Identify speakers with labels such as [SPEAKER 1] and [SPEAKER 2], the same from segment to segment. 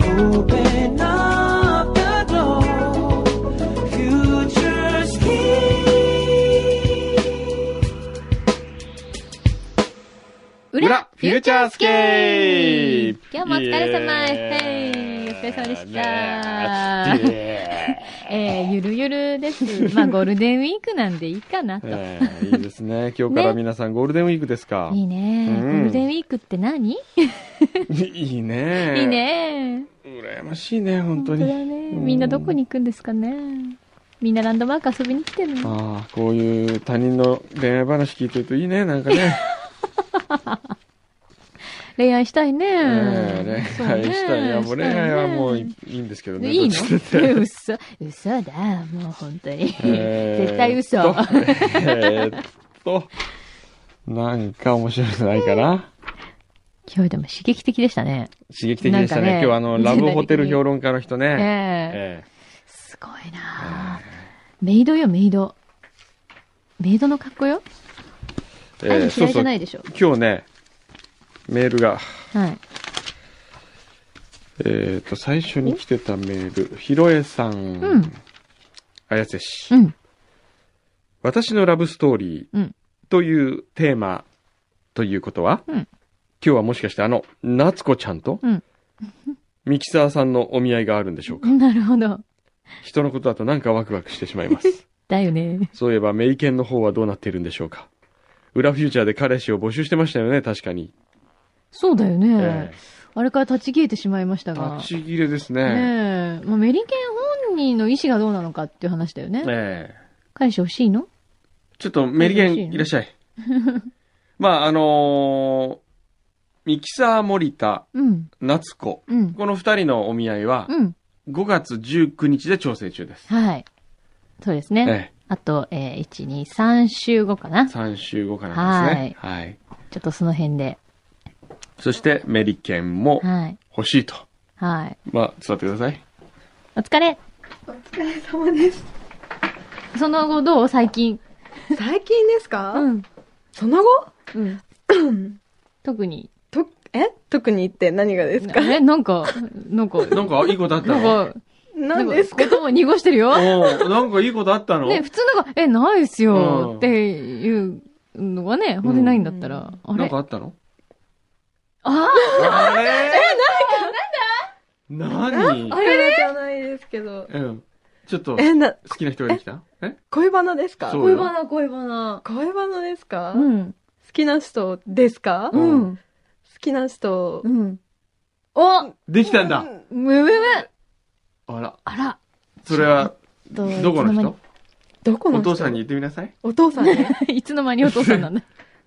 [SPEAKER 1] Open up the door, future's key.
[SPEAKER 2] 裏フューチャースケープ
[SPEAKER 3] 今日もお疲れ様
[SPEAKER 2] イ
[SPEAKER 3] で
[SPEAKER 2] エ
[SPEAKER 3] す。
[SPEAKER 2] ーイ
[SPEAKER 3] はい、お疲れ様でし
[SPEAKER 2] ね
[SPEAKER 3] た。
[SPEAKER 2] え
[SPEAKER 3] えー、ゆるゆる です。まあ、ゴールデンウィークなんでいいかなと。
[SPEAKER 2] ええいいですね。今日から皆さんゴールデンウィークです か。
[SPEAKER 3] いいね。ゴ
[SPEAKER 2] うん
[SPEAKER 3] ールデンウィークって何い
[SPEAKER 2] いいね。
[SPEAKER 3] い。ね。
[SPEAKER 2] 羨ましいね、本
[SPEAKER 3] 本
[SPEAKER 2] 当
[SPEAKER 3] 当だ
[SPEAKER 2] に。
[SPEAKER 3] ね。みんなどこに行くんですかね。みんなランドマーク遊びに来てるの
[SPEAKER 2] ああ、こういう他人の恋愛話聞いてるといいね、なんかね。
[SPEAKER 3] 恋愛したいね。
[SPEAKER 2] ええ
[SPEAKER 3] そ
[SPEAKER 2] 恋
[SPEAKER 3] うね
[SPEAKER 2] 愛したい。いや、もう恋愛はもうい
[SPEAKER 3] し
[SPEAKER 2] いいんですけど
[SPEAKER 3] た
[SPEAKER 2] ね。
[SPEAKER 3] いねいいの
[SPEAKER 2] どっちだって
[SPEAKER 3] 嘘。嘘だ。もう本当に。
[SPEAKER 2] えー
[SPEAKER 3] 絶対嘘。
[SPEAKER 2] っとえーっと、なんか面白いのないかな。
[SPEAKER 3] 今日でも刺激的でしたね。
[SPEAKER 2] 刺激的でした
[SPEAKER 3] なんか
[SPEAKER 2] ね。
[SPEAKER 3] ね
[SPEAKER 2] 今日はあの、ラブホテル評論家の人
[SPEAKER 3] え
[SPEAKER 2] ね。
[SPEAKER 3] え
[SPEAKER 2] え
[SPEAKER 3] すごいなあメイドよ、メイド。メイドの格好よ。
[SPEAKER 2] え
[SPEAKER 3] ああいうの
[SPEAKER 2] そ
[SPEAKER 3] 嫌い
[SPEAKER 2] う
[SPEAKER 3] じ
[SPEAKER 2] そ
[SPEAKER 3] ゃ
[SPEAKER 2] う
[SPEAKER 3] ないでしょ。
[SPEAKER 2] 今日ね、メールが、
[SPEAKER 3] はい。
[SPEAKER 2] えーっと、最初に来てたメール、ひろえさん、
[SPEAKER 3] うん
[SPEAKER 2] 綾瀬氏、
[SPEAKER 3] うん。
[SPEAKER 2] 私のラブストーリー
[SPEAKER 3] うん。
[SPEAKER 2] というテーマということは、
[SPEAKER 3] うん
[SPEAKER 2] 今日はもしかしてあの、夏子ちゃんと、
[SPEAKER 3] うん
[SPEAKER 2] ミキサーさんのお見合いがあるんでしょうか
[SPEAKER 3] なるほど。
[SPEAKER 2] 人のことだとなんかワクワクしてしまいます。
[SPEAKER 3] だよね。
[SPEAKER 2] そういえば、メイケンの方はどうなっているんでしょうか。裏フューチャーで彼氏を募集してましたよね、確かに。
[SPEAKER 3] そうだよね。
[SPEAKER 2] え
[SPEAKER 3] あれから立ち消えてしまいました
[SPEAKER 2] え
[SPEAKER 3] が。
[SPEAKER 2] 立ち切れですね。
[SPEAKER 3] ねえ。まあ、メリケン本人の意思がどうなのかっていう話だよね。
[SPEAKER 2] ええ
[SPEAKER 3] 返してほしいの
[SPEAKER 2] ちょっとメリケン
[SPEAKER 3] 珍しい
[SPEAKER 2] い
[SPEAKER 3] ね
[SPEAKER 2] らっしゃい。まあ、あのーミキサー森田、
[SPEAKER 3] うん。
[SPEAKER 2] 夏子。
[SPEAKER 3] うん。
[SPEAKER 2] この二人のお見合いは、
[SPEAKER 3] うん。
[SPEAKER 2] 5月19日で調整中です。
[SPEAKER 3] はい。そうですね。
[SPEAKER 2] え
[SPEAKER 3] あと、えー、1、2、3週後かな。
[SPEAKER 2] え
[SPEAKER 3] ち
[SPEAKER 2] 3週後からなんですね。はい。
[SPEAKER 3] ょっとその辺で。
[SPEAKER 2] そして、メリケンも
[SPEAKER 3] はい。
[SPEAKER 2] 欲しいと。
[SPEAKER 3] はい。
[SPEAKER 2] まあ、座ってください。
[SPEAKER 3] お疲れ。
[SPEAKER 4] お疲れ様です。
[SPEAKER 3] その後どう最近。
[SPEAKER 4] 最近ですか、
[SPEAKER 3] ん。
[SPEAKER 4] その後
[SPEAKER 3] うん。 特に。
[SPEAKER 4] と、え特にって何がですか
[SPEAKER 3] え、なんか、なんか、
[SPEAKER 2] なんかいいことあった
[SPEAKER 3] なん
[SPEAKER 2] の
[SPEAKER 3] か、
[SPEAKER 4] 何ですか
[SPEAKER 3] ことも濁してるよ。
[SPEAKER 2] おお、なんかいいことあったの、
[SPEAKER 3] ね、普通なんか、え、ないっす
[SPEAKER 2] うん
[SPEAKER 3] よ、っていうのがね、ほんでないんだったら、あ
[SPEAKER 2] なん
[SPEAKER 3] れ
[SPEAKER 2] かあったの
[SPEAKER 3] あ
[SPEAKER 2] あれえ、なんか、なんだ
[SPEAKER 4] あ
[SPEAKER 2] 何
[SPEAKER 4] れじゃないですけど。
[SPEAKER 2] うん。ちょっと、
[SPEAKER 4] え、な、
[SPEAKER 2] 好きな人ができたえ
[SPEAKER 4] 恋バナですか
[SPEAKER 2] そう
[SPEAKER 3] 恋バナ、恋バナ。
[SPEAKER 4] 恋バナですか、
[SPEAKER 3] う
[SPEAKER 4] 好
[SPEAKER 3] ん。
[SPEAKER 4] きな人ですか、
[SPEAKER 2] う
[SPEAKER 4] 好
[SPEAKER 2] ん
[SPEAKER 3] う。
[SPEAKER 2] うん
[SPEAKER 4] きな人
[SPEAKER 3] う。ん。お
[SPEAKER 2] できたんだ
[SPEAKER 4] う
[SPEAKER 3] むむむ
[SPEAKER 2] あら、
[SPEAKER 3] あら。
[SPEAKER 2] それは、
[SPEAKER 3] ど
[SPEAKER 2] どこの人
[SPEAKER 4] どこの
[SPEAKER 2] お
[SPEAKER 4] 人
[SPEAKER 2] 父さんに言ってみなさい。
[SPEAKER 4] お父さんに。
[SPEAKER 3] いつの間にお父さんなんだ。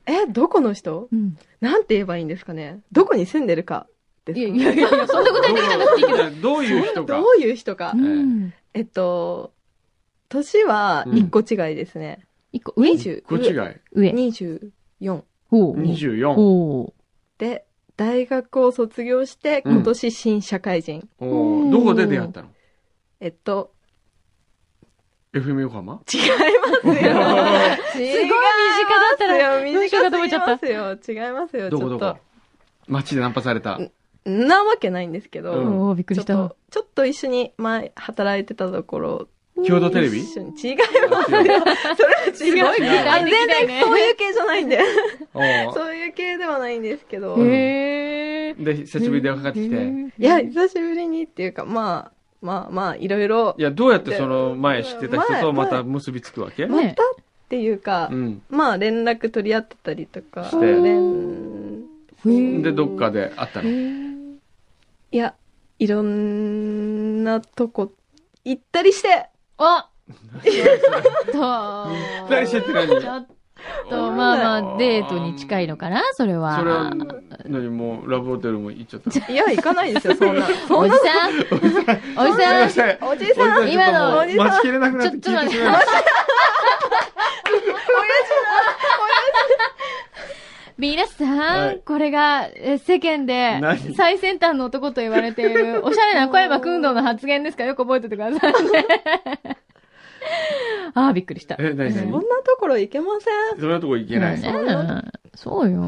[SPEAKER 4] え、どこの人
[SPEAKER 3] うん。
[SPEAKER 4] なんて言えばいいんですかねどこに住んでるかです
[SPEAKER 3] い
[SPEAKER 4] か
[SPEAKER 3] やいやいや、そんなこと言
[SPEAKER 2] ど
[SPEAKER 3] ってなくていいけど。
[SPEAKER 2] うどういう人か
[SPEAKER 4] ど。ういう人か
[SPEAKER 3] う。ん。
[SPEAKER 4] えっと、年は一個違いですね。
[SPEAKER 3] 一個上
[SPEAKER 4] 20
[SPEAKER 2] こっちがい。
[SPEAKER 3] 上。
[SPEAKER 4] 24
[SPEAKER 3] ほう。
[SPEAKER 2] 24。
[SPEAKER 3] ほ
[SPEAKER 4] で大学を卒業して
[SPEAKER 2] うん
[SPEAKER 4] 今年新社会人、
[SPEAKER 2] おーどこで出会ったの
[SPEAKER 4] えっと
[SPEAKER 2] ?FM 横浜
[SPEAKER 4] 違い ますよすごい
[SPEAKER 3] すごい身近だったら、
[SPEAKER 4] 身
[SPEAKER 3] 文章
[SPEAKER 4] 近
[SPEAKER 3] が飛
[SPEAKER 4] す
[SPEAKER 3] べち
[SPEAKER 4] ぎ
[SPEAKER 3] ゃった
[SPEAKER 4] ますよ違いますよち
[SPEAKER 2] どこ
[SPEAKER 4] ょ
[SPEAKER 2] ど
[SPEAKER 4] っ
[SPEAKER 2] こと街でナンパされた。
[SPEAKER 4] うんなわけないんですけど、
[SPEAKER 2] う
[SPEAKER 3] おおーびっく
[SPEAKER 4] ち
[SPEAKER 3] り
[SPEAKER 4] ょ
[SPEAKER 3] し。
[SPEAKER 4] ったとちょっと一緒に前働いてたところ
[SPEAKER 2] 共同テレビ
[SPEAKER 4] 一緒に違いますよそ れは違う
[SPEAKER 2] すごい具
[SPEAKER 4] あ
[SPEAKER 2] 体
[SPEAKER 4] 全
[SPEAKER 3] 的だね
[SPEAKER 4] 然そういう系じゃないんで
[SPEAKER 2] おー
[SPEAKER 4] そういう系ではないんですけど、
[SPEAKER 2] うん
[SPEAKER 3] へえ。
[SPEAKER 2] で、久しぶりに電話かかってき て。
[SPEAKER 4] いや久しぶりにっていうかまあまあまあいろいろ
[SPEAKER 2] いや、どうやってその前知ってた人とまた結びつくわけ
[SPEAKER 3] 前
[SPEAKER 4] また
[SPEAKER 3] ね
[SPEAKER 4] っていうか、
[SPEAKER 2] うん。
[SPEAKER 4] まあ連絡取り合ってたりとか。
[SPEAKER 2] して
[SPEAKER 4] 連
[SPEAKER 2] で、どっかで会ったの。
[SPEAKER 4] いや、いろんなとこ行ったりして、
[SPEAKER 3] あと、行
[SPEAKER 2] 何してって何
[SPEAKER 3] ちょっと、まあまあ、デートに近いのかなそれは。
[SPEAKER 2] それは、何もう、ラブホテルも行っちゃった
[SPEAKER 4] い
[SPEAKER 2] の。
[SPEAKER 4] や、行かないですよ、そんな。そ
[SPEAKER 3] お
[SPEAKER 4] ん
[SPEAKER 3] じ
[SPEAKER 4] な
[SPEAKER 3] さんおじさん
[SPEAKER 2] すいません。
[SPEAKER 4] おじさん、
[SPEAKER 2] おじさんちょっともう
[SPEAKER 4] 今のおじさん
[SPEAKER 2] 待ちき れなくなって聞いてしまいました。
[SPEAKER 3] 皆
[SPEAKER 2] は
[SPEAKER 3] さ
[SPEAKER 2] い
[SPEAKER 3] ん、これが、え世間で
[SPEAKER 2] 何、
[SPEAKER 3] 最先端の男と言われている、おしゃれな小山君堂の発言ですから、よく覚えててくださいね。 ああ、びっくりした。
[SPEAKER 2] え、何
[SPEAKER 4] そん
[SPEAKER 2] 何
[SPEAKER 4] なところ行けません。
[SPEAKER 2] そんなとこ行けない。
[SPEAKER 3] ねえそうよ。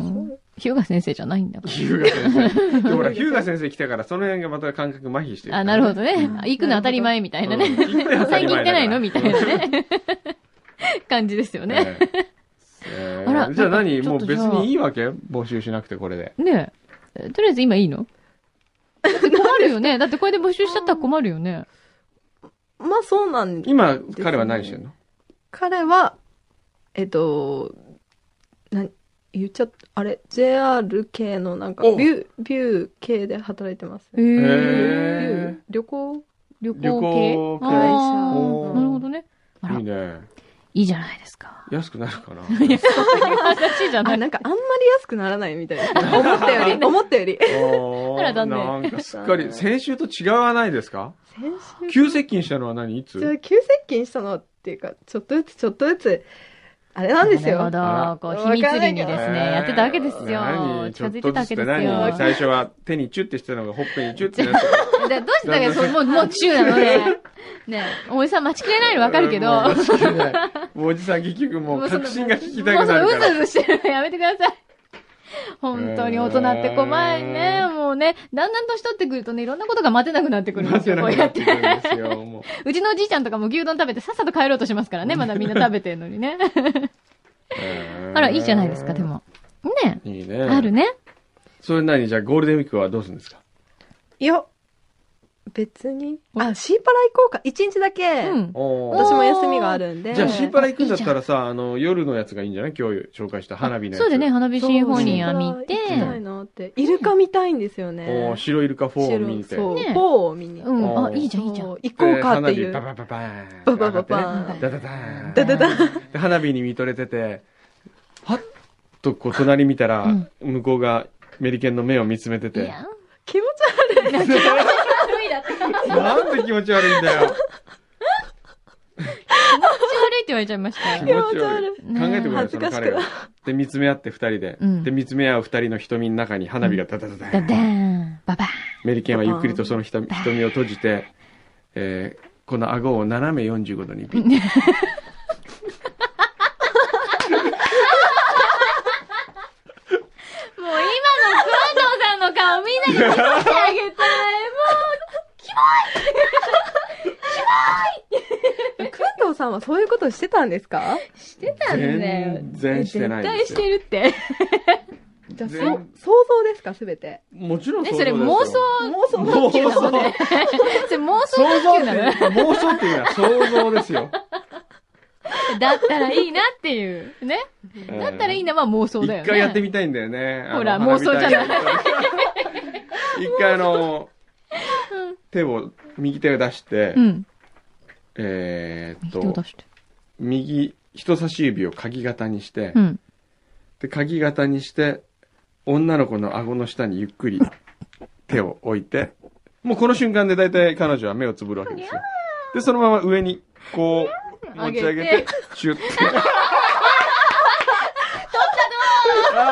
[SPEAKER 3] 日向先生じゃないんだか
[SPEAKER 2] ヒューガ先生。ほら、ヒューガ先生来たから、その辺がまた感覚麻痺してる
[SPEAKER 3] ら。
[SPEAKER 2] か
[SPEAKER 3] あ、
[SPEAKER 2] らね。
[SPEAKER 3] なるほどね
[SPEAKER 4] うん。
[SPEAKER 3] あ行くの当たり前みたいなね。
[SPEAKER 2] うん。
[SPEAKER 3] 最近行ってないのみたいな
[SPEAKER 2] ね。
[SPEAKER 3] ね。感じですよね。
[SPEAKER 2] ええええ
[SPEAKER 3] あら
[SPEAKER 2] じゃあ
[SPEAKER 3] なんか
[SPEAKER 2] 何
[SPEAKER 3] ち
[SPEAKER 2] も
[SPEAKER 3] ょっ
[SPEAKER 2] う
[SPEAKER 3] と
[SPEAKER 2] 別
[SPEAKER 3] じゃあ
[SPEAKER 2] にいいわけ募集しなくてこれで。
[SPEAKER 3] ねえ。とりあえず今いい の困るよね。だってこれで募集しちゃったら困るよね。
[SPEAKER 4] まあそうなんです
[SPEAKER 2] 今、彼は何してんの
[SPEAKER 4] 彼は、えっと、な、言っちゃった、あれ、JR 系のなんか、ビ
[SPEAKER 2] お
[SPEAKER 4] ュー、ビュー系で働いてます。
[SPEAKER 3] へ
[SPEAKER 4] ビュー
[SPEAKER 2] へえ
[SPEAKER 3] え。
[SPEAKER 4] 旅行
[SPEAKER 3] 旅行系
[SPEAKER 2] 旅行系
[SPEAKER 3] あー
[SPEAKER 2] おー
[SPEAKER 3] なるほどね。あら、
[SPEAKER 2] いい
[SPEAKER 3] い
[SPEAKER 2] ね。
[SPEAKER 3] いじゃないです か。
[SPEAKER 2] 安くなるかな。
[SPEAKER 3] 私じゃな
[SPEAKER 4] あ、
[SPEAKER 3] い。
[SPEAKER 4] なんかあんまり安くならないみたいです。 思ったより、思ったより。
[SPEAKER 2] おー
[SPEAKER 3] あら残念
[SPEAKER 2] なんかすっかり、先週と違わないですか
[SPEAKER 4] 先週、
[SPEAKER 2] 急接近したのは何いつ
[SPEAKER 4] じゃあ急接近したのっていうか、ちょっとずつちょっとずつ、あれなんですよ。
[SPEAKER 3] なるほど。こう、秘密裏にですね、やってたわけですよ。近づいてたわけです
[SPEAKER 2] 何ちょっとずつって何
[SPEAKER 3] よ。
[SPEAKER 2] 最初は手にチュってしてたのがほっぺにチュってな って。
[SPEAKER 3] じゃあどうしてだけど、それもう、もう中なの ね。ねえ、おじさん待ちきれないのわかるけど。
[SPEAKER 2] もう間違いないもうおじさん結局もう確信が聞きたくな
[SPEAKER 3] も
[SPEAKER 2] るか
[SPEAKER 3] うそのうずうず
[SPEAKER 2] ら。
[SPEAKER 3] してるのやめてくだ さい。本当に大人って怖いね。もうね、だんだん年取ってくるとね、いろんなことが待てなくなってくるんです よ、こうやって。
[SPEAKER 2] くなってくるんですよ。もう
[SPEAKER 3] うちのおじいちゃんとかも牛丼食べてさっさと帰ろうとします からね、まだみんな食べてんのにね。 あら、いいじゃないですか、で。も。ね
[SPEAKER 2] いいね。
[SPEAKER 3] あるね。
[SPEAKER 2] それ何じゃあゴールデンウィークはどうするんですか
[SPEAKER 4] いや、別に。
[SPEAKER 3] お
[SPEAKER 4] あ、シーパラ行こうか。一日だけ、
[SPEAKER 3] うん。
[SPEAKER 2] お
[SPEAKER 4] 私
[SPEAKER 2] ー
[SPEAKER 4] も休みがあるんで。
[SPEAKER 2] じゃあ
[SPEAKER 3] ね
[SPEAKER 2] シーパラ行くんだったらさ、あの、夜のやつがいいんじゃない今日紹介した花火のやつ。
[SPEAKER 3] そうでね、。花火シンフォニ
[SPEAKER 4] に
[SPEAKER 3] ア見て、
[SPEAKER 4] 行きたいなって。イルカ見たいんですよ
[SPEAKER 2] お
[SPEAKER 4] ね
[SPEAKER 2] ー。白イルカ4を見に行って。
[SPEAKER 4] そう、
[SPEAKER 3] ね
[SPEAKER 4] フォーを見に行
[SPEAKER 3] う
[SPEAKER 4] こ。
[SPEAKER 3] ん、
[SPEAKER 2] お
[SPEAKER 3] あ、
[SPEAKER 2] ー
[SPEAKER 3] いいうじゃん、いいじゃん。
[SPEAKER 4] そう行こうかってい
[SPEAKER 2] で
[SPEAKER 4] う。
[SPEAKER 2] 花火ババババーン。
[SPEAKER 4] ババババ
[SPEAKER 2] ン。
[SPEAKER 4] ーン。
[SPEAKER 2] ダダダーン。
[SPEAKER 4] ダダダ ン。
[SPEAKER 2] で花火に見とれててはっとこう隣見たら、
[SPEAKER 3] うん
[SPEAKER 2] 向こうがメリケンの目を見つめて
[SPEAKER 3] い
[SPEAKER 2] て
[SPEAKER 3] や
[SPEAKER 4] 気持 ち悪い。
[SPEAKER 3] 無理 だって。気持ち悪い
[SPEAKER 2] なんで気持ち悪いんだよ
[SPEAKER 3] って言われちゃいました
[SPEAKER 2] 気
[SPEAKER 3] よ。
[SPEAKER 4] 持
[SPEAKER 2] 持ち
[SPEAKER 4] ち
[SPEAKER 2] 悪
[SPEAKER 4] 悪
[SPEAKER 2] い
[SPEAKER 4] い
[SPEAKER 2] 考えてください
[SPEAKER 4] 恥ず
[SPEAKER 2] その
[SPEAKER 4] かしく
[SPEAKER 2] 彼がで見つめ合って二人で、
[SPEAKER 3] うん
[SPEAKER 2] で見つめ合う二人の瞳の中に花火がダダダダ
[SPEAKER 3] ダダーン、ババーン。
[SPEAKER 2] メリケンはゆっくりとその瞳瞳を閉じて、えーこの顎を斜め45度にビッ
[SPEAKER 3] もう今の工藤さんの顔みんなに見せてあげたい。もう、
[SPEAKER 4] くんとさんはそういうことしてたんですか
[SPEAKER 3] してたんだよ。
[SPEAKER 2] 全然してない
[SPEAKER 3] 絶
[SPEAKER 2] で
[SPEAKER 3] 対
[SPEAKER 2] す
[SPEAKER 3] し
[SPEAKER 2] よ
[SPEAKER 3] てるって。
[SPEAKER 4] じゃあ、そ
[SPEAKER 2] 全
[SPEAKER 4] 想像ですかすべて。
[SPEAKER 2] もちろん
[SPEAKER 3] ね、
[SPEAKER 2] 想
[SPEAKER 3] そ
[SPEAKER 2] 像です
[SPEAKER 3] れ
[SPEAKER 2] よ
[SPEAKER 3] 妄想、
[SPEAKER 4] 妄想
[SPEAKER 2] 妄
[SPEAKER 4] 級なの
[SPEAKER 2] 想
[SPEAKER 4] ね。
[SPEAKER 3] それ妄想
[SPEAKER 2] 想
[SPEAKER 3] 特
[SPEAKER 2] 像っ
[SPEAKER 3] 急
[SPEAKER 2] て
[SPEAKER 3] なの
[SPEAKER 2] いうか妄想っていうのは想像ですよ
[SPEAKER 3] だったらいいなっていう。ね。だったらいいなは妄想だよね。
[SPEAKER 2] 一回やってみたいんだよね。
[SPEAKER 3] ほら
[SPEAKER 2] あの
[SPEAKER 3] 妄想じゃない。
[SPEAKER 2] 花火大会 一回あの、手を、右手を出して、
[SPEAKER 3] うん。
[SPEAKER 2] えーっ
[SPEAKER 3] 手を
[SPEAKER 2] と
[SPEAKER 3] 出、して。
[SPEAKER 2] 右、人差し指を鍵型にして、
[SPEAKER 3] うん。
[SPEAKER 2] で、鍵型にして、女の子の顎の下にゆっくり手を置いて、もうこの瞬間で大体彼女は目をつぶるわけですよ。で、そのまま上に、こう、持ち上げ
[SPEAKER 3] 上げ
[SPEAKER 2] て
[SPEAKER 3] て、
[SPEAKER 2] シ ュッて。取ったのあ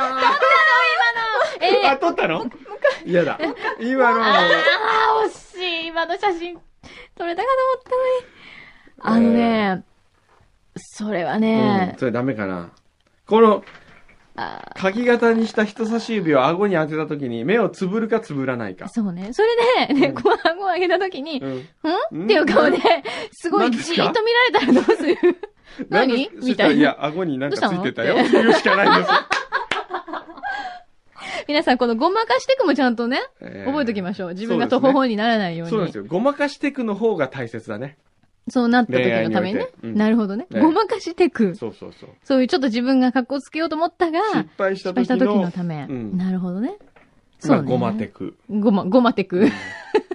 [SPEAKER 2] ー
[SPEAKER 3] え
[SPEAKER 2] あ、
[SPEAKER 3] ー、
[SPEAKER 2] 撮ったの嫌だ。今のも
[SPEAKER 3] あー、惜しい。今の写真、撮れたかと思ったのに。あのね、それは
[SPEAKER 2] うん
[SPEAKER 3] ね、
[SPEAKER 2] それダメかな。この、
[SPEAKER 3] あー
[SPEAKER 2] 鍵型にした人差し指を顎に当てたときに、目をつぶるかつぶらないか。
[SPEAKER 3] そうね。それで、ね、
[SPEAKER 2] うん
[SPEAKER 3] こう、顎を上げたときに、
[SPEAKER 2] うん。
[SPEAKER 3] んっていう顔で、すごい
[SPEAKER 2] 何です
[SPEAKER 3] じ
[SPEAKER 2] か
[SPEAKER 3] ーっと見られたらどうする 何
[SPEAKER 2] なんで
[SPEAKER 3] みた
[SPEAKER 2] そしら
[SPEAKER 3] い
[SPEAKER 2] い
[SPEAKER 3] な。
[SPEAKER 2] や、顎になんかつ
[SPEAKER 3] どうした
[SPEAKER 2] い
[SPEAKER 3] の
[SPEAKER 2] てたよって言うしかないんですよ。
[SPEAKER 3] 皆さん、このごまかしてくもちゃんとね、
[SPEAKER 2] えー
[SPEAKER 3] 覚えときましょう。自分が途
[SPEAKER 2] そうですね
[SPEAKER 3] 方法にならないように。
[SPEAKER 2] そうなんですよ。ごまかしてくの方が大切だね。
[SPEAKER 3] そうなった時のためにね
[SPEAKER 2] 恋愛におい。てうん
[SPEAKER 3] なるほどね。
[SPEAKER 2] ね
[SPEAKER 3] ごまかしてく。
[SPEAKER 2] そうそうそう。
[SPEAKER 3] そういうちょっと自分が格好つけようと思ったが、
[SPEAKER 2] 失敗した
[SPEAKER 3] 失敗
[SPEAKER 2] 時
[SPEAKER 3] した時の
[SPEAKER 2] の、
[SPEAKER 3] ため。
[SPEAKER 2] うん
[SPEAKER 3] なるほどね。
[SPEAKER 2] ま
[SPEAKER 3] そう
[SPEAKER 2] あ
[SPEAKER 3] ね。
[SPEAKER 2] ごまテ。ク。
[SPEAKER 3] ごま、ごまテク。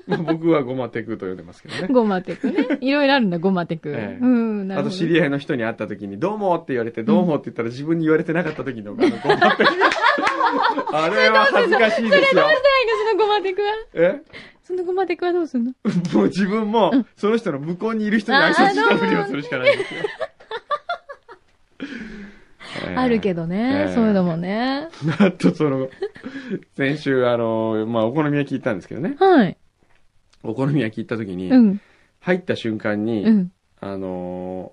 [SPEAKER 2] まあ僕はごまテクと呼んでますけどね。
[SPEAKER 3] ごまテクね。いろいろあるんだ、ごまテク。
[SPEAKER 2] ええ
[SPEAKER 3] うん、なる
[SPEAKER 2] あ
[SPEAKER 3] ほ
[SPEAKER 2] と
[SPEAKER 3] ど。
[SPEAKER 2] 知り合いの人に会った時に、どうもって言われて、どうもって言ったら自分に言われてなかった時の、あの、ごま ペクあれは恥ずかしいですよ。
[SPEAKER 3] そのごまテクは。
[SPEAKER 2] え
[SPEAKER 3] そのごまテクはどうすんの
[SPEAKER 2] もう自分も、その人の向こうにいる人に挨拶したふりをするしかないんですよ。
[SPEAKER 3] あるけどね、
[SPEAKER 2] ええ
[SPEAKER 3] そういうのもね。
[SPEAKER 2] ど。あとその、先週、あの、まあ、お好み焼き行ったんですけどね。
[SPEAKER 3] はい。
[SPEAKER 2] お好み焼き行った時に、
[SPEAKER 3] うん、
[SPEAKER 2] 入った瞬間に、
[SPEAKER 3] うん。
[SPEAKER 2] あの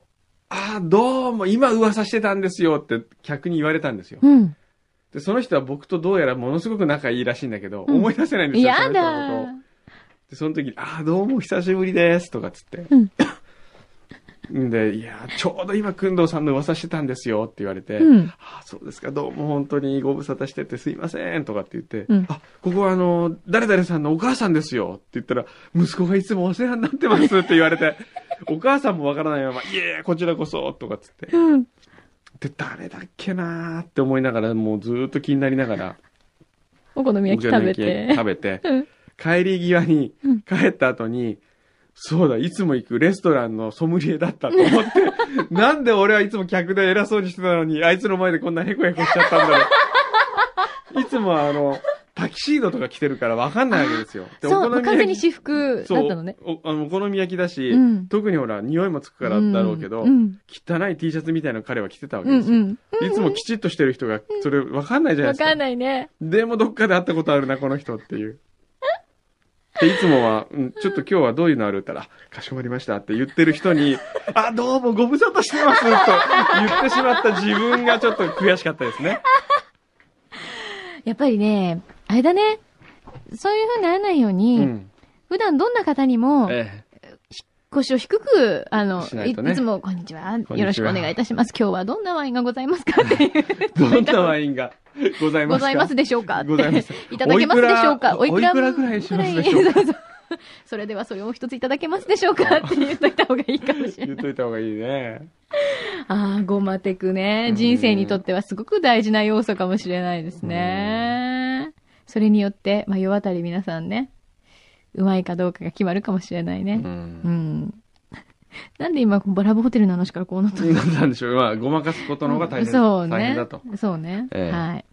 [SPEAKER 2] ーあーどうも、今噂してたんですよって客に言われたんですよ。
[SPEAKER 3] うん。
[SPEAKER 2] で、その人は僕とどうやらものすごく仲いいらしいんだけど、
[SPEAKER 3] うん
[SPEAKER 2] 思い出せないんですよ。そ
[SPEAKER 3] や
[SPEAKER 2] の人のことを
[SPEAKER 3] だ
[SPEAKER 2] で、その時に、ああ、どうも久しぶりです、とかっつって。ん、で、いやー、ちょうど今、くんどうさんの噂してたんですよ、って言われて、
[SPEAKER 3] うん
[SPEAKER 2] ああ、そうですか、どうも本当にご無沙汰しててすいません、とかって言って、
[SPEAKER 3] うん
[SPEAKER 2] あ、ここはあの、誰々さんのお母さんですよ、って言ったら、息子がいつもお世話になってます、って言われて、 お母さんもわからないまま、いえいえ、こちらこそ、とかっつって。
[SPEAKER 3] うん。
[SPEAKER 2] で、誰だっけなーって思いながら、もうずーっと気になりながら、
[SPEAKER 3] お好み焼き食べて。
[SPEAKER 2] 食べて
[SPEAKER 3] うん
[SPEAKER 2] 帰り際に
[SPEAKER 3] うん、
[SPEAKER 2] 帰った後に、そうだ、いつも行くレストランのソムリエだった と思って、なんで俺はいつも客で偉そうにしてたのに、あいつの前でこんなヘコヘコしちゃったんだろう。いつもあの、タキシードとか着てるからわかんないわけですよ。で
[SPEAKER 3] そう、もう完全に
[SPEAKER 2] 焼
[SPEAKER 3] 私
[SPEAKER 2] き
[SPEAKER 3] 服だ
[SPEAKER 2] そ
[SPEAKER 3] ったのね
[SPEAKER 2] う。、おあのお好み焼きだし、
[SPEAKER 3] うん
[SPEAKER 2] 特にほら、匂いもつくからだろうけど、
[SPEAKER 3] うん。
[SPEAKER 2] 汚い T シャツみたいなの彼は着てたわけ
[SPEAKER 3] うん
[SPEAKER 2] ですよ。
[SPEAKER 3] うん。
[SPEAKER 2] いつもきちっとしてる人が、それわかんないじゃない
[SPEAKER 3] わ
[SPEAKER 2] ですか。
[SPEAKER 3] かんないね。
[SPEAKER 2] でもどっかで会ったことあるな、この人っていう。で、いつもは、うん、ちょっと今日はどういうのあるったら、あかしこまりましたって言ってる人に、あ、どうもご無沙汰してますと言ってしまった自分がちょっと悔しかったですね。
[SPEAKER 3] やっぱりね、あれだね。そういう風にならないよう
[SPEAKER 2] う
[SPEAKER 3] に、
[SPEAKER 2] ん。
[SPEAKER 3] 普段どんな方にも、
[SPEAKER 2] ええ。
[SPEAKER 3] 腰を低く、あの、
[SPEAKER 2] しないと
[SPEAKER 3] い
[SPEAKER 2] ね
[SPEAKER 3] いつも、こんにちは。
[SPEAKER 2] は
[SPEAKER 3] よろしくお願いいたします。今日はどんなワインがございますかっていう。
[SPEAKER 2] どんなワインがございます
[SPEAKER 3] ご
[SPEAKER 2] か
[SPEAKER 3] ざいますでしょうかっ
[SPEAKER 2] ございます
[SPEAKER 3] て。いただけますでしょうか
[SPEAKER 2] おいくら
[SPEAKER 3] も
[SPEAKER 2] おいくらぐらいしますでしょう
[SPEAKER 3] ぐら
[SPEAKER 2] か
[SPEAKER 3] いそうそうそれではそれをお一ついただけますでしょうかって言っといた方がいいかもしれ
[SPEAKER 2] 言
[SPEAKER 3] ない。
[SPEAKER 2] っといた方がいいね。。
[SPEAKER 3] ああ、ゴマテクね。人生にとってはすごく大事な要素かもしれないですね。それによって、まあ、世渡り皆さんね、うまいかどうかが決まるかもしれないうね。うんん。 なんで今、ボラブホテルの話からこうなったの
[SPEAKER 2] なんでしょう。まあ、ごまかすことの方が大変,、
[SPEAKER 3] そうね。
[SPEAKER 2] 大変だと。
[SPEAKER 3] そうね。
[SPEAKER 2] ええ
[SPEAKER 3] はい。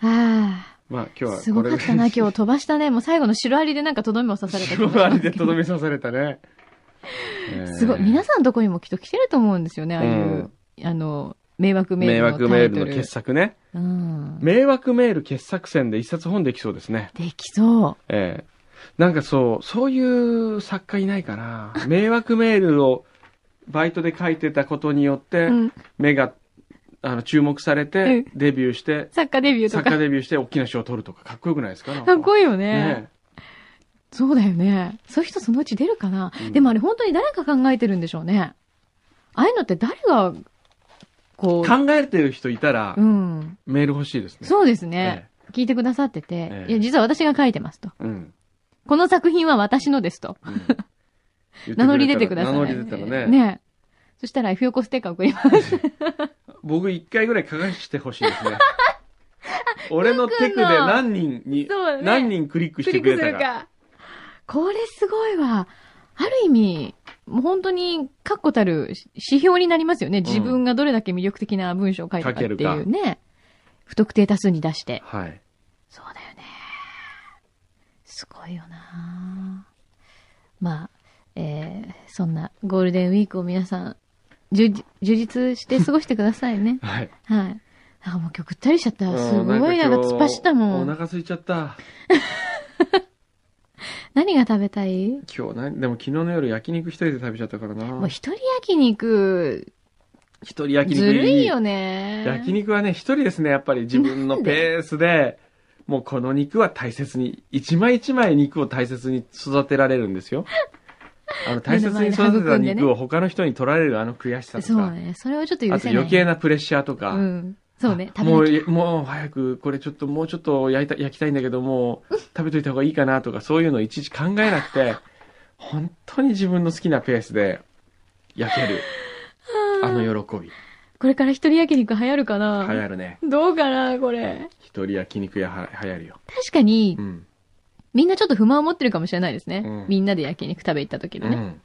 [SPEAKER 3] あ
[SPEAKER 2] まあ、今日
[SPEAKER 3] あ、
[SPEAKER 2] は
[SPEAKER 3] すごか ったな、今日飛ばしたね。もう最後のシロアリでなんかとどめを刺された気がします
[SPEAKER 2] あれでとどめ刺されたね。、
[SPEAKER 3] すごい。皆さんのとこにもきっと来てると思うんですよね、ああいううんあの、迷惑メー
[SPEAKER 2] 迷
[SPEAKER 3] ルのタイト
[SPEAKER 2] 惑
[SPEAKER 3] ル。
[SPEAKER 2] メールの傑作ね。
[SPEAKER 3] うん。
[SPEAKER 2] 迷惑メール傑作選で一冊本できそうですね。
[SPEAKER 3] できそう。
[SPEAKER 2] ええなんかそう、そういう作家いないかな。 迷惑メールをバイトで書いてたことによって、
[SPEAKER 3] うん。
[SPEAKER 2] 目が、あの、注目されて、デビューして、
[SPEAKER 3] 作家デビューと
[SPEAKER 2] 作家
[SPEAKER 3] か。
[SPEAKER 2] デビューして大きな賞を取るとか、かっこよくないですかなん
[SPEAKER 3] かっこいいよ
[SPEAKER 2] い
[SPEAKER 3] ね。そうだよね。そういう人そのうち出るかな。
[SPEAKER 2] うん
[SPEAKER 3] でもあれ本当に誰が考えてるんでしょうね。ああいうのって誰が、こう、
[SPEAKER 2] 考えてる人いたら、
[SPEAKER 3] うん。
[SPEAKER 2] メール欲しいですね。
[SPEAKER 3] そうです
[SPEAKER 2] う
[SPEAKER 3] ね。聞いてくださってて、
[SPEAKER 2] え
[SPEAKER 3] い
[SPEAKER 2] え
[SPEAKER 3] や、実は私が書いてますと。
[SPEAKER 2] うん。
[SPEAKER 3] この作品は私のですと。
[SPEAKER 2] うん言ってくれ
[SPEAKER 3] 名
[SPEAKER 2] たら
[SPEAKER 3] 乗り出てください。
[SPEAKER 2] 名乗り出たらね。
[SPEAKER 3] ねそしたら、ふよこステッカー送ります。
[SPEAKER 2] 僕一回ぐらい書かしてほしいで すね。俺のテクで何人に、
[SPEAKER 3] そうだね
[SPEAKER 2] 何人クリックしてくれたか。
[SPEAKER 3] か。これすごいわ。ある意味、もう本当に、確固たるし指標になりますよね。自分がどれだけ魅力的な文章を書いたかっていうね。不特定多数に出して。
[SPEAKER 2] はい。。
[SPEAKER 3] そうだよね。すごいよなまあ、えー、そんなゴールデンウィークを皆さん、充実充実して過ごしてくださいね
[SPEAKER 2] はい。
[SPEAKER 3] はい。あ、もう今日ぐったりしちゃった。す
[SPEAKER 2] うん
[SPEAKER 3] ごい、なんか突っ走ったも
[SPEAKER 2] お
[SPEAKER 3] ん。
[SPEAKER 2] 腹空いちゃった。
[SPEAKER 3] 何が食べたい
[SPEAKER 2] 今日何でも昨日の夜焼肉一人で食べちゃったからな。
[SPEAKER 3] もう一人焼肉、
[SPEAKER 2] 一人焼肉
[SPEAKER 3] ずるいよね。
[SPEAKER 2] 焼肉はね、一人ですね、やっぱり自分のペースで、もうこの肉は大切に、一枚一枚肉を大切に育てられる んですよ。あの、大切に育てた肉を他の人に取られるあの悔しさと
[SPEAKER 3] そう
[SPEAKER 2] か、
[SPEAKER 3] ね。それをちょっと許
[SPEAKER 2] あ
[SPEAKER 3] せな
[SPEAKER 2] と
[SPEAKER 3] い。
[SPEAKER 2] 余計なプレッシャーとか、
[SPEAKER 3] うん。そうね。
[SPEAKER 2] も
[SPEAKER 3] 食べなき
[SPEAKER 2] う、もう早く、これちょっと、もうちょっと焼いた、焼きたいんだけど、もう食べといた方がいいかなとか、そういうのいちいち考えな くて、本当に自分の好きなペースで焼ける、
[SPEAKER 3] ゃ
[SPEAKER 2] あの喜び。
[SPEAKER 3] これから一人焼肉流行るかな
[SPEAKER 2] 流行るね。
[SPEAKER 3] どうかなこれ。
[SPEAKER 2] 一人焼肉屋は流行るよ。
[SPEAKER 3] 確かに
[SPEAKER 2] う、ん。
[SPEAKER 3] みんなちょっと不満を持ってるかもしれないですね。
[SPEAKER 2] うん
[SPEAKER 3] みんなで焼肉食べ行った時
[SPEAKER 2] う
[SPEAKER 3] のね。
[SPEAKER 2] ん。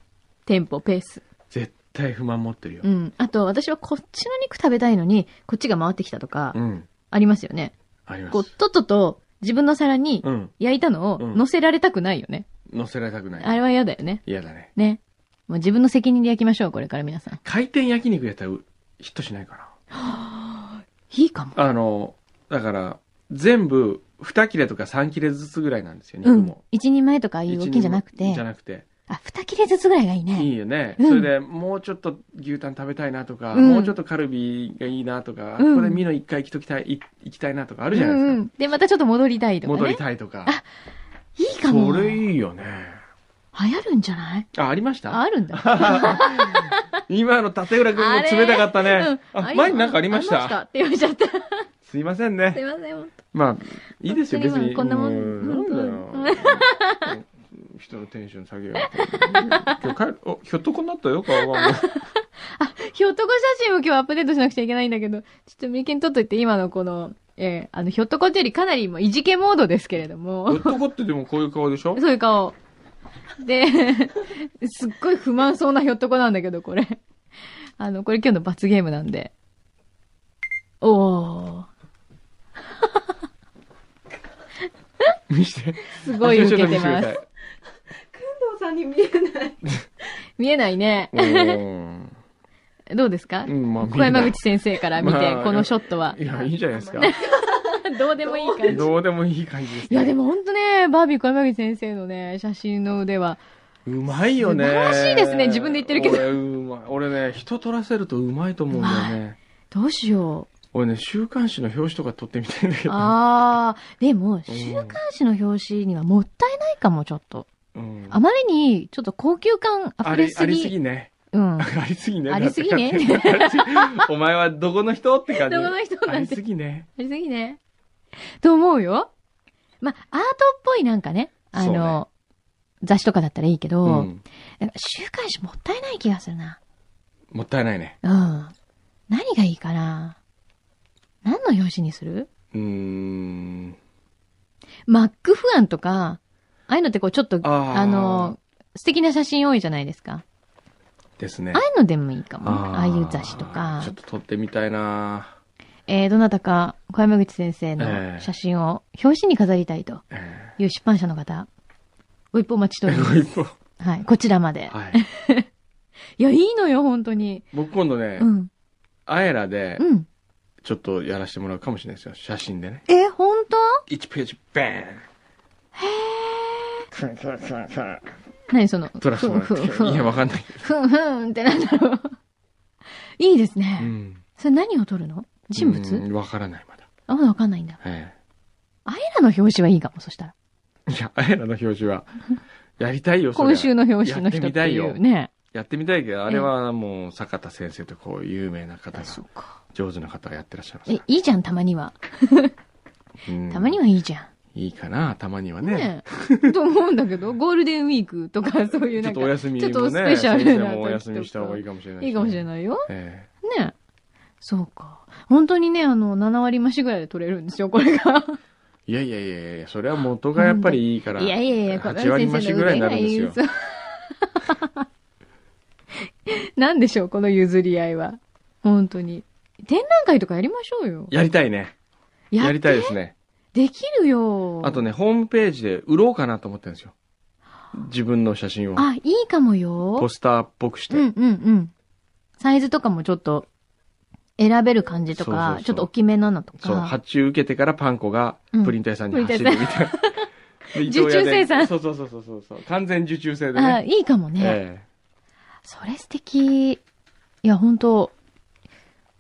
[SPEAKER 3] テンポ、ペース。
[SPEAKER 2] 絶対不満持ってるよ
[SPEAKER 3] う。ん。あと、私はこっちの肉食べたいのに、こっちが回ってきたとか
[SPEAKER 2] う、ん。
[SPEAKER 3] ありますよね。
[SPEAKER 2] ありま
[SPEAKER 3] こう、
[SPEAKER 2] す。
[SPEAKER 3] とっとと自分の皿に
[SPEAKER 2] うん。
[SPEAKER 3] 焼いたのを
[SPEAKER 2] うん
[SPEAKER 3] 乗せられたくないよね。
[SPEAKER 2] 乗せられたくな
[SPEAKER 3] あ
[SPEAKER 2] い。
[SPEAKER 3] れは嫌だよね。
[SPEAKER 2] 嫌だね。
[SPEAKER 3] ね。もう自分の責任で焼きましょう、これから皆さん。
[SPEAKER 2] 回転焼肉やったらうヒットしないか
[SPEAKER 3] いいかも。
[SPEAKER 2] な。あの、だから、全部、2切れとか3切れずつぐらいなんですよ、
[SPEAKER 3] う
[SPEAKER 2] 肉
[SPEAKER 3] ん
[SPEAKER 2] も。。
[SPEAKER 3] 一人前とかああいう
[SPEAKER 2] 一人
[SPEAKER 3] 大きいんじゃなくて
[SPEAKER 2] じゃ。なくて。
[SPEAKER 3] あ、二切れずつぐらいがいいね。
[SPEAKER 2] いいよね。
[SPEAKER 3] うん
[SPEAKER 2] それで、もうちょっと牛タン食べたいなとか、
[SPEAKER 3] うん
[SPEAKER 2] もうちょっとカルビがいいなとか、
[SPEAKER 3] うん
[SPEAKER 2] ここでミノ一回行きときたい、い行きたいなとかあるじゃな
[SPEAKER 3] う
[SPEAKER 2] い
[SPEAKER 3] んう
[SPEAKER 2] です
[SPEAKER 3] んで、またちょっと戻りたいと
[SPEAKER 2] か。
[SPEAKER 3] かね。
[SPEAKER 2] 戻りたいとか。
[SPEAKER 3] いいかも。
[SPEAKER 2] それ
[SPEAKER 3] 流
[SPEAKER 2] いいよね。
[SPEAKER 3] 行るんじゃない
[SPEAKER 2] あ、ありました
[SPEAKER 3] ああるんだ。
[SPEAKER 2] 今の立浦君も冷たかったね。
[SPEAKER 3] うん
[SPEAKER 2] あ、前になんかありまし。
[SPEAKER 3] ありましたって言っちゃった。 す
[SPEAKER 2] すいません
[SPEAKER 3] い
[SPEAKER 2] ね。
[SPEAKER 3] ません。
[SPEAKER 2] まあ、いいですよ、
[SPEAKER 3] 本
[SPEAKER 2] 別
[SPEAKER 3] 当に
[SPEAKER 2] に。
[SPEAKER 3] こんなもん
[SPEAKER 2] うなんだよ。 人のテンション下げようと。今日帰る、お、ひょっとこになったよ、顔が。
[SPEAKER 3] ひょっとこ写真を今日アップデートしなくちゃいけないんだけど、ちょっと眉間取っといて、今のこの、えーあの、ひょっとこってよりかなりもういじけモードですけれど
[SPEAKER 2] ひょ
[SPEAKER 3] も
[SPEAKER 2] っ、とこってでもこういう顔でしょ
[SPEAKER 3] そういう顔。で、 すっごい不満そうなひょっとこなんだけど、これ。あの、これ今日の罰ゲームなんで。おー。
[SPEAKER 2] 見して。
[SPEAKER 3] すごい受けて
[SPEAKER 2] ちょっ
[SPEAKER 3] ま
[SPEAKER 2] と見
[SPEAKER 3] す。
[SPEAKER 2] て
[SPEAKER 4] 藤さんに見えない。
[SPEAKER 3] 見えないね
[SPEAKER 2] く。ださい。うん
[SPEAKER 3] どうですか、
[SPEAKER 2] うんまあ見え
[SPEAKER 3] 小
[SPEAKER 2] ない
[SPEAKER 3] 山口先生から見て、
[SPEAKER 2] まあ
[SPEAKER 3] このショットは。
[SPEAKER 2] いや、いいんじゃないですか。
[SPEAKER 3] どうでもいい感じ。
[SPEAKER 2] どうでもいい感じです、ね。
[SPEAKER 3] いや、でもほんとね、バービー小山口先生のね、写真の腕は、
[SPEAKER 2] うまいよね。
[SPEAKER 3] 素晴らしいですね自分で言ってるけど
[SPEAKER 2] 俺、うまい。俺ね、人撮らせるとうまいと思うんだよね。
[SPEAKER 3] どうしよ
[SPEAKER 2] 俺ね、週刊誌の表紙とか撮ってみたいんだけ
[SPEAKER 3] う。
[SPEAKER 2] ど。
[SPEAKER 3] あー、でも、週刊誌の表紙にはもったいないかも、ちょっと。
[SPEAKER 2] うん
[SPEAKER 3] あまりに、ちょっと高級感
[SPEAKER 2] あ
[SPEAKER 3] 溢れ
[SPEAKER 2] り、あ
[SPEAKER 3] す
[SPEAKER 2] り
[SPEAKER 3] ぎ。
[SPEAKER 2] すぎね。
[SPEAKER 3] うん。
[SPEAKER 2] ありすぎね。
[SPEAKER 3] ありすぎね
[SPEAKER 2] だって。だってお前はどこの人って感じ。
[SPEAKER 3] どこの人なんて
[SPEAKER 2] ありすぎね。
[SPEAKER 3] ありすぎね。と思うよ。まあ、アートっぽいなんかね、あ
[SPEAKER 2] そう
[SPEAKER 3] の、雑誌とかだったらいいけど、
[SPEAKER 2] うん。
[SPEAKER 3] なんか週刊誌もったいない気がするな。
[SPEAKER 2] もったいないね。
[SPEAKER 3] うん。何がいいかな何の表紙にする
[SPEAKER 2] うーん。
[SPEAKER 3] マックフアンとか、ああいうのってこうちょっと、
[SPEAKER 2] あ
[SPEAKER 3] あ
[SPEAKER 2] ー
[SPEAKER 3] の、素敵な写真多いじゃないですか。
[SPEAKER 2] ですね
[SPEAKER 3] ああ。いうのでもいいかもね。
[SPEAKER 2] ー
[SPEAKER 3] ああいう雑誌とか
[SPEAKER 2] ちょっ。と撮ってみたいな
[SPEAKER 3] えー、どなたか、小山口先生
[SPEAKER 2] え
[SPEAKER 3] の
[SPEAKER 2] え
[SPEAKER 3] 写真を表紙に飾りたいと
[SPEAKER 2] え
[SPEAKER 3] いう出版社の方、ご一報お待ちしております。
[SPEAKER 2] ー一方
[SPEAKER 3] はい、こちらまで。
[SPEAKER 2] はい。
[SPEAKER 3] いや、いいのよ、本当に。
[SPEAKER 2] 僕今度ね
[SPEAKER 3] う、ん。
[SPEAKER 2] アエラで、
[SPEAKER 3] うん。
[SPEAKER 2] ちょっとやらせてもらうかもしれないですよ。写真でね。
[SPEAKER 3] え、本当
[SPEAKER 2] 1ページ、バーン
[SPEAKER 3] 何その、
[SPEAKER 2] 撮らせてもら
[SPEAKER 3] ふんふん
[SPEAKER 2] う。い
[SPEAKER 3] ふ
[SPEAKER 2] や、
[SPEAKER 3] ん。
[SPEAKER 2] わかんないけど。
[SPEAKER 3] ふんふんってなんだろう。 いいですね。
[SPEAKER 2] うん。
[SPEAKER 3] それ何を撮るの人物、
[SPEAKER 2] うんわからない、まだ。
[SPEAKER 3] あ、まだわかんないんだ。
[SPEAKER 2] え
[SPEAKER 3] あれらの表紙はいいかも、そしたら。
[SPEAKER 2] えいや、アエラの表紙は、やりたいよ、それ
[SPEAKER 3] 今週の表紙の人ってい
[SPEAKER 2] やってみ
[SPEAKER 3] う
[SPEAKER 2] たいよ。
[SPEAKER 3] ね。
[SPEAKER 2] やってみたいけど、あれはもう、坂田先生とこう、有名な方が、
[SPEAKER 3] うか。
[SPEAKER 2] 上手な方がやってらっしゃいます
[SPEAKER 3] え、いいじゃん、たまには。
[SPEAKER 2] うん。
[SPEAKER 3] たまにはいいじゃ
[SPEAKER 2] いいかな、たまには
[SPEAKER 3] ん。
[SPEAKER 2] ね。
[SPEAKER 3] ねえと思うんだけど、ゴールデンウィークとか、そういうな
[SPEAKER 2] ちょっ
[SPEAKER 3] ん
[SPEAKER 2] と
[SPEAKER 3] か。
[SPEAKER 2] お休みもね、
[SPEAKER 3] ちょっとスペシャルな
[SPEAKER 2] 先生もお休みした方がいいかもしれないしね。
[SPEAKER 3] いいかもしれないよ。
[SPEAKER 2] え
[SPEAKER 3] ねえそうか。本当にね、あの、7割増しぐらいで取れるんですよ、これが。
[SPEAKER 2] えいやいやいやいや、それは元がやっぱりいいから。
[SPEAKER 3] いやいやいや、
[SPEAKER 2] 8割増しぐらいになるんですよ。
[SPEAKER 3] よ。 なんでしょう、この譲り合いは。本当に。展覧会とかやりましょうよ。
[SPEAKER 2] やりたいね。
[SPEAKER 3] や
[SPEAKER 2] やりたいですね。
[SPEAKER 3] できるよ。
[SPEAKER 2] あとね、ホームページで売ろうかなと思ってるんですよ。自分の写真を。
[SPEAKER 3] あ、いいかもよ。
[SPEAKER 2] ポスターっぽくして。
[SPEAKER 3] うんうんうん。サイズとかもちょっと、選べる感じとか、
[SPEAKER 2] そうそうそう
[SPEAKER 3] ちょっと大きめなのと
[SPEAKER 2] そう、
[SPEAKER 3] か。
[SPEAKER 2] 発注受けてからパン粉が
[SPEAKER 3] うん
[SPEAKER 2] プリン体さんに走るみたいな。で伊藤屋で
[SPEAKER 3] 受注生産
[SPEAKER 2] そうそうそうそうそうそう。完全受注制で
[SPEAKER 3] あ、
[SPEAKER 2] ね。
[SPEAKER 3] いいかもね。
[SPEAKER 2] え
[SPEAKER 3] それ素敵。いや、本当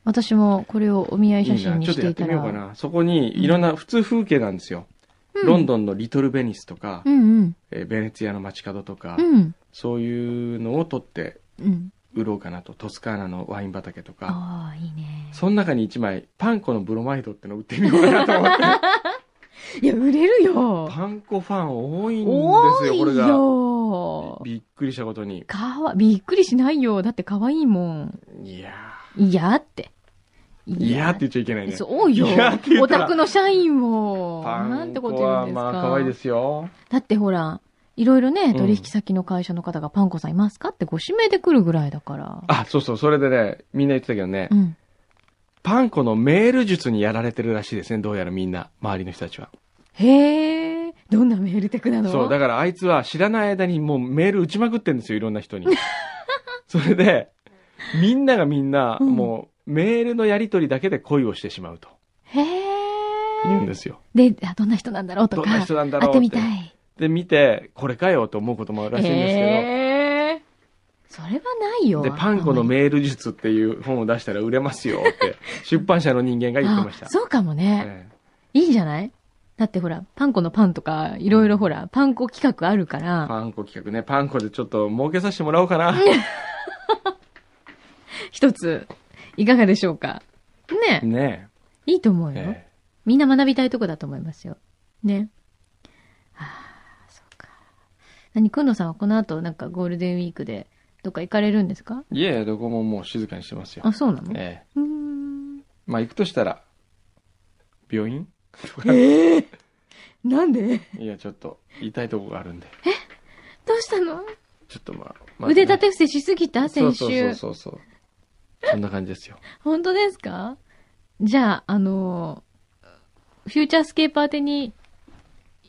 [SPEAKER 3] 私もこれをお見合
[SPEAKER 2] え
[SPEAKER 3] い
[SPEAKER 2] い
[SPEAKER 3] 写
[SPEAKER 2] いな。
[SPEAKER 3] 真に
[SPEAKER 2] ちょっ
[SPEAKER 3] し
[SPEAKER 2] とや
[SPEAKER 3] て
[SPEAKER 2] っ
[SPEAKER 3] い
[SPEAKER 2] て
[SPEAKER 3] たら。
[SPEAKER 2] みようかな。そこに、いろんな、普通風景なんですよ。
[SPEAKER 3] うん
[SPEAKER 2] ロンドンのリトルベニスとか、
[SPEAKER 3] うん
[SPEAKER 2] えーベネツィアの街角とか、
[SPEAKER 3] うん。うん。
[SPEAKER 2] そういうのを撮って
[SPEAKER 3] うん。
[SPEAKER 2] 売ろうかなと。トスカーナのワイン畑とか。
[SPEAKER 3] ああ、いいね。
[SPEAKER 2] その中に一枚、パン粉のブロマイドってのを売ってみようかなと思って。
[SPEAKER 3] いや、売れるよ。
[SPEAKER 2] パン粉ファン多いんです
[SPEAKER 3] 多
[SPEAKER 2] よ、これ
[SPEAKER 3] い
[SPEAKER 2] が。
[SPEAKER 3] よ。
[SPEAKER 2] びっくりしたことに。
[SPEAKER 3] かわ、びっくりしないよ。だって可愛いもん。
[SPEAKER 2] いや
[SPEAKER 3] いやって。
[SPEAKER 2] ー。いやーって言っちゃいけないね。
[SPEAKER 3] そうよ
[SPEAKER 2] いやって。言
[SPEAKER 3] オ
[SPEAKER 2] ったら
[SPEAKER 3] タクの社員を。
[SPEAKER 2] パン粉は
[SPEAKER 3] なんてこと言うんですか。
[SPEAKER 2] まあ、可愛いですよ。
[SPEAKER 3] だってほら、いろいろね、
[SPEAKER 2] ん
[SPEAKER 3] 取引先の会社の方がパンコさんいますかってご指名で来るぐらいだから。
[SPEAKER 2] あ、そうそう、それでね、みんな言ってたけどね、
[SPEAKER 3] うん。
[SPEAKER 2] パン粉のメール術にやられてるらしいですね、どうやらみんな、周りの人たちは。
[SPEAKER 3] へえ、どんなメールテクなの
[SPEAKER 2] そう、だからあいつは知らない間にもうメール打ちまくってんですよ、いろんな人に。 それで、みんながみんな、
[SPEAKER 3] うん
[SPEAKER 2] もう、メールのやりとりだけで恋をしてしまうと
[SPEAKER 3] へ
[SPEAKER 2] 言うん
[SPEAKER 3] え。
[SPEAKER 2] ですよ。
[SPEAKER 3] で、あどんな人なんだろうと
[SPEAKER 2] どん
[SPEAKER 3] か。
[SPEAKER 2] な人なんだ
[SPEAKER 3] 会
[SPEAKER 2] ろう
[SPEAKER 3] ってみたい。
[SPEAKER 2] で、見て、これかよと思うこともあるらしいんですけど、
[SPEAKER 3] ええそれはないよ。
[SPEAKER 2] で、パンコのメール術っていう本を出したら売れますよって、 出版社の人間が言ってました
[SPEAKER 3] あ。そうかもね。
[SPEAKER 2] え
[SPEAKER 3] いいんじゃないだってほら、パンコのパンとか、いろいろほら、パンコ企画あるか
[SPEAKER 2] え
[SPEAKER 3] ら、
[SPEAKER 2] パンコ企画ね、パンコでちょっと儲けさせてもらおうかな。
[SPEAKER 3] 一つ、いかがでしょうか。ね
[SPEAKER 2] ね
[SPEAKER 3] いいと思うよ。
[SPEAKER 2] え。
[SPEAKER 3] みんな学びたいとこだと思いますよ。ね。ああ、そうか。何、くんのさんはこの後、なんかゴールデンウィークで、どっか行かれるんですか
[SPEAKER 2] いえ、どこももう静かにしてますよ。
[SPEAKER 3] あ、そうなの、
[SPEAKER 2] ええ。
[SPEAKER 3] うーん。
[SPEAKER 2] まあ行くとしたら、病院
[SPEAKER 3] ええなんで
[SPEAKER 2] いや、ちょっと、痛いとこがあるんで。
[SPEAKER 3] どうしたの、
[SPEAKER 2] ちょっとまあ。
[SPEAKER 3] 腕立
[SPEAKER 2] て
[SPEAKER 3] て伏せしすぎた先週。
[SPEAKER 2] そうそうそうそう。そんな感じで すよ。
[SPEAKER 3] 本当ですかじゃあ、あのーフューチャースケーパー宛てに、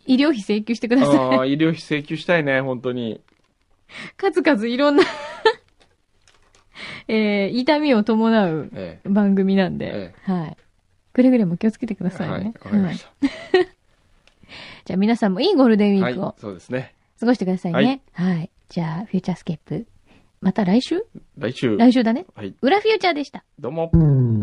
[SPEAKER 3] 医療費請求してください。
[SPEAKER 2] ああ、医療費請求したいね、本当に。
[SPEAKER 3] 数々いろんな、えー、痛みを伴う
[SPEAKER 2] え
[SPEAKER 3] 番組なんで、はい。くれぐれも気をつけてくだ
[SPEAKER 2] え。
[SPEAKER 3] さ
[SPEAKER 2] はいい、
[SPEAKER 3] ね
[SPEAKER 2] わ。かりまし
[SPEAKER 3] じゃあ皆さんもいいゴールデンウ
[SPEAKER 2] た。
[SPEAKER 3] ィークを
[SPEAKER 2] はい、そうですね。
[SPEAKER 3] 過ごしてくださいね。はい。じゃあ、フューチャースケープ、また来週
[SPEAKER 2] 来週。
[SPEAKER 3] 来週だね。
[SPEAKER 2] はい、
[SPEAKER 3] 裏フューチャーでした。
[SPEAKER 2] どうも。
[SPEAKER 5] Mm.